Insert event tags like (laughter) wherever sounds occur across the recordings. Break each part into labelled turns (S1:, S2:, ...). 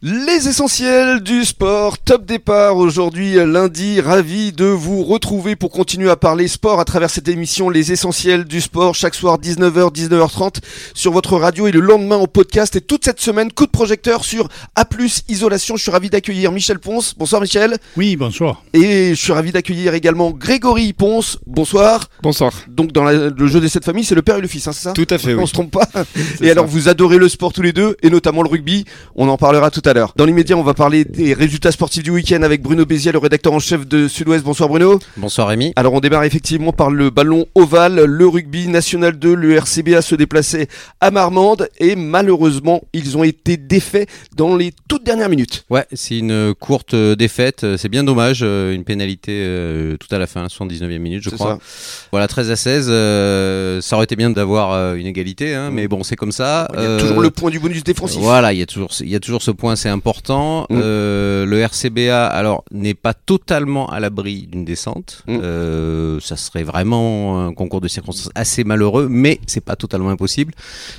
S1: Les essentiels du sport, top départ aujourd'hui lundi, ravi de vous retrouver pour continuer à parler sport à travers cette émission Les essentiels du sport chaque soir 19h 19h30 sur votre radio et le lendemain en podcast et toute cette semaine coup de projecteur sur A+ isolation. Je suis ravi d'accueillir Michel Ponce. Bonsoir Michel
S2: Oui, bonsoir.
S1: et je suis ravi d'accueillir également Grégory Ponce. Bonsoir.
S3: Bonsoir.
S1: Donc dans la- le jeu des sept familles, c'est le père et le fils, hein, c'est ça
S3: Tout
S4: Eh
S3: à fait, oui.
S1: On se trompe
S4: (laughs)
S1: pas.
S3: C'est
S1: Et
S3: ça.
S1: alors, vous adorez le sport tous les deux, et notamment le rugby. On en parlera tout à l'heure. Dans l'immédiat, on va parler des résultats sportifs du week-end avec Bruno Bézier, le rédacteur en chef de Sud-Ouest. Bonsoir Bruno.
S4: Bonsoir Rémi.
S1: Alors, on démarre effectivement par le ballon ovale, le rugby national 2. Le RCBA se déplaçait à Marmande, et malheureusement, ils ont été défaits dans les toutes dernières minutes.
S4: Ouais, c'est une courte euh, défaite, euh, c'est bien dommage, euh, une pénalité euh, tout à la fin, 79e minute je
S1: C'est
S4: crois. Voilà, 13 à 16, euh, ça aurait été bien d'avoir euh, une égalité, hein, mais bon c'est comme ça.
S1: Mm. Il y a
S4: Euh,
S1: toujours le point du bonus défensif.
S4: Voilà, il y a toujours, ce- il y a toujours ce point, c'est important.
S1: Mm.
S4: Euh, le RCBA, alors, n'est pas totalement à l'abri d'une descente.
S1: Mm.
S4: Euh, ça serait vraiment un concours de circonstances assez malheureux, mais c'est pas totalement impossible.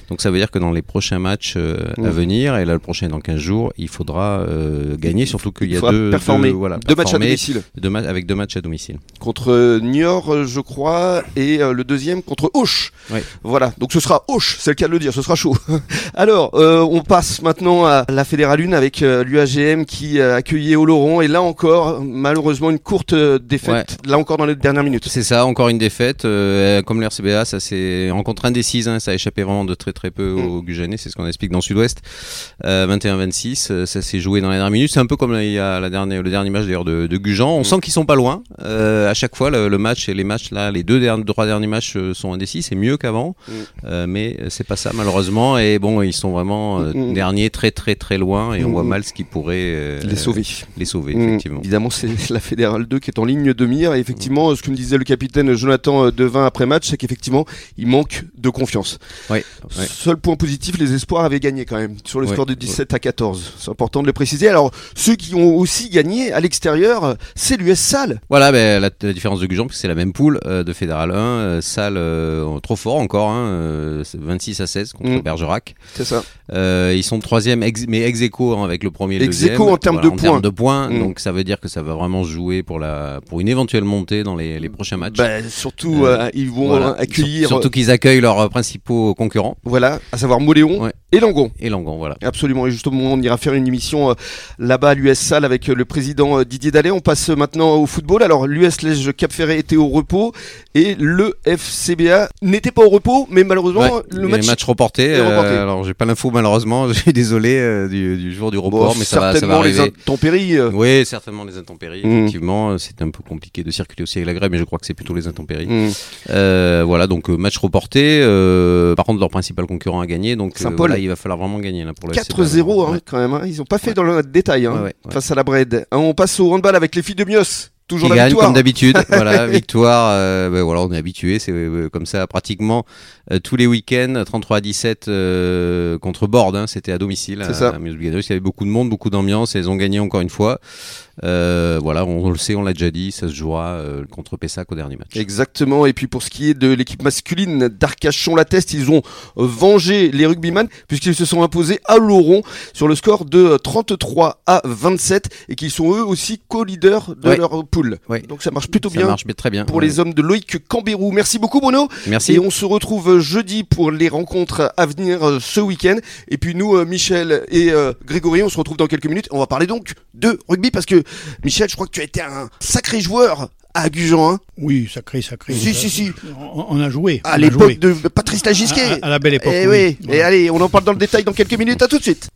S4: Donc, ça veut dire que dans les prochains matchs euh,
S1: Mm.
S4: à venir, et là, le prochain dans 15 jours, il faudra euh, gagner, surtout qu'il y a
S1: faudra
S4: deux,
S1: performer.
S4: deux- voilà,
S1: Deux matchs à
S4: performer,
S1: domicile
S4: deux ma- avec deux matchs à domicile.
S1: contre euh, Niort, euh, je crois, et euh, le deuxième contre Auch.
S4: Oui.
S1: Voilà, donc ce sera Auch, c'est le cas de le dire, ce sera chaud. (laughs) Alors, euh, on passe maintenant à la Fédérale 1 avec euh, l'UAGM qui euh, accueillait Oloron, et là encore, malheureusement, une courte euh, défaite, là encore dans les dernières minutes.
S4: C'est ça, encore une défaite. Euh, comme le RCBA, ça c'est en contre indécise, hein, ça a échappé vraiment de très très peu
S1: Mm.
S4: aux Gujanais, c'est ce qu'on explique dans Sud-Ouest. Euh, 21-26, euh, ça s'est joué dans les dernières minutes. C'est un peu comme il y a la dernière, le dernier match d'ailleurs de, de Gujan.
S1: Mm.
S4: On sent qu'ils sont pas loin. Euh, à chaque fois, le, le match et les matchs là, les deux derniers, trois derniers matchs euh, sont indécis, c'est mieux qu'avant,
S1: Mm.
S4: Euh, mais euh, c'est pas ça malheureusement. Et bon, ils sont vraiment euh,
S1: Mm, mm.
S4: derniers, très très très loin, et on
S1: Mm,
S4: voit
S1: mm.
S4: mal ce qui pourrait euh,
S1: Les sauver.
S4: les sauver,
S1: Mm.
S4: effectivement.
S1: Évidemment, c'est (laughs) la Fédérale 2 qui est en ligne de mire. Et effectivement, ce que me disait le capitaine Jonathan euh, Devin après match, c'est qu'effectivement, il manque de confiance.
S4: Ouais, ouais.
S1: Seul point positif, les espoirs avaient gagné quand même, sur le
S4: Ouais,
S1: score de 17 à 14. C'est important de le préciser. Alors, ceux qui ont aussi gagné à l'extérieur, euh, c'est l'US Salle.
S4: Voilà, ben, la, la différence de Gujan, parce que c'est la même poule euh, de Fédéral 1, euh, salle euh, trop fort encore, hein, euh, c'est 26 à 16 contre
S1: Mm.
S4: Bergerac.
S1: C'est ça.
S4: Euh, ils sont troisième, ex- mais ex aequo, hein, avec le premier et le
S1: Ex
S4: deuxième.
S1: aequo en termes de points. Mm.
S4: donc ça veut dire que ça va vraiment se jouer pour, la, pour une éventuelle montée dans les, les prochains matchs.
S1: Bah, surtout,
S4: Euh,
S1: euh, ils vont
S4: Voilà.
S1: euh, accueillir,
S4: Sur- Surtout qu'ils accueillent leurs euh, principaux concurrents
S1: euh, voilà, à savoir Moléon
S4: Ouais.
S1: et Langon.
S4: et Langon, voilà.
S1: Absolument. Et justement, on ira faire une émission euh, là-bas à l'US Salle avec euh, le président euh, Didier Dallet. On passe euh, maintenant au football. Alors, l'US Lège Cap Ferré était au repos et le FCBA n'était pas au repos, mais malheureusement,
S4: Ouais,
S1: le
S4: les
S1: match.
S4: matchs reportés.
S1: est reporté.
S4: euh, alors j'ai pas l'info malheureusement, (laughs) je suis désolé euh, du, du jour du
S1: Bon,
S4: report, mais ça va, ça
S1: certainement
S4: va arriver.
S1: les intempéries. euh,
S4: Oui, certainement les intempéries,
S1: Mm.
S4: effectivement. Euh, C'est un peu compliqué de circuler aussi avec la grève, mais je crois que c'est plutôt les intempéries.
S1: mm.
S4: Euh, voilà, donc euh, match reporté. euh, par contre, leur principal concurrent a gagné, donc euh,
S1: Saint-Paul.
S4: voilà, il va falloir vraiment gagner là, pour le FC
S1: 4-0 hein,
S4: Ouais.
S1: quand même. hein. Ils ont pas fait dans le détail hein,
S4: Ouais, ouais, ouais.
S1: face à la Bred. Hein, on passe au handball avec les filles de Mios.
S4: Qui
S1: Toujours la
S4: gagne
S1: victoire. (laughs)
S4: comme d'habitude, voilà victoire. euh, ben voilà, on est habitué, c'est euh, comme ça pratiquement euh, tous les week-ends, 33 à 17 euh, contre Borde. hein, C'était à domicile.
S1: C'est
S4: à-
S1: ça.
S4: à Meuse Brigados. Il y avait beaucoup de monde, beaucoup d'ambiance. et Ils ont gagné encore une fois. Euh, voilà, on, on le sait, on l'a déjà dit, ça se jouera euh, contre Pessac au dernier match.
S1: Exactement. Et puis pour ce qui est de l'équipe masculine d'Arcachon La Teste, ils ont euh, vengé les rugbyman puisqu'ils se sont imposés à Laurent sur le score de euh, 33 à 27 et qu'ils sont eux aussi co-leaders de
S4: Ouais.
S1: leur poule.
S4: Ouais.
S1: Donc ça marche plutôt
S4: ça
S1: bien.
S4: marche très bien.
S1: Pour
S4: Ouais.
S1: les hommes de Loïc Cambérou. Merci beaucoup, Bruno.
S4: Merci.
S1: Et on se retrouve jeudi pour les rencontres à venir euh, ce week-end. Et puis nous, euh, Michel et euh, Grégory, on se retrouve dans quelques minutes. On va parler donc de rugby parce que Michel, je crois que tu as été un sacré joueur à Gujan. hein.
S2: Oui, sacré, sacré.
S1: Si,
S2: Euh,
S1: si, si.
S2: On, on a joué. on
S1: à
S2: a
S1: l'époque
S2: joué. Ah,
S1: de Patrice Lagisquet.
S2: À, à- à la belle époque.
S1: Eh
S2: oui.
S1: oui. Et allez, on en parle dans le détail dans quelques minutes. À tout de suite.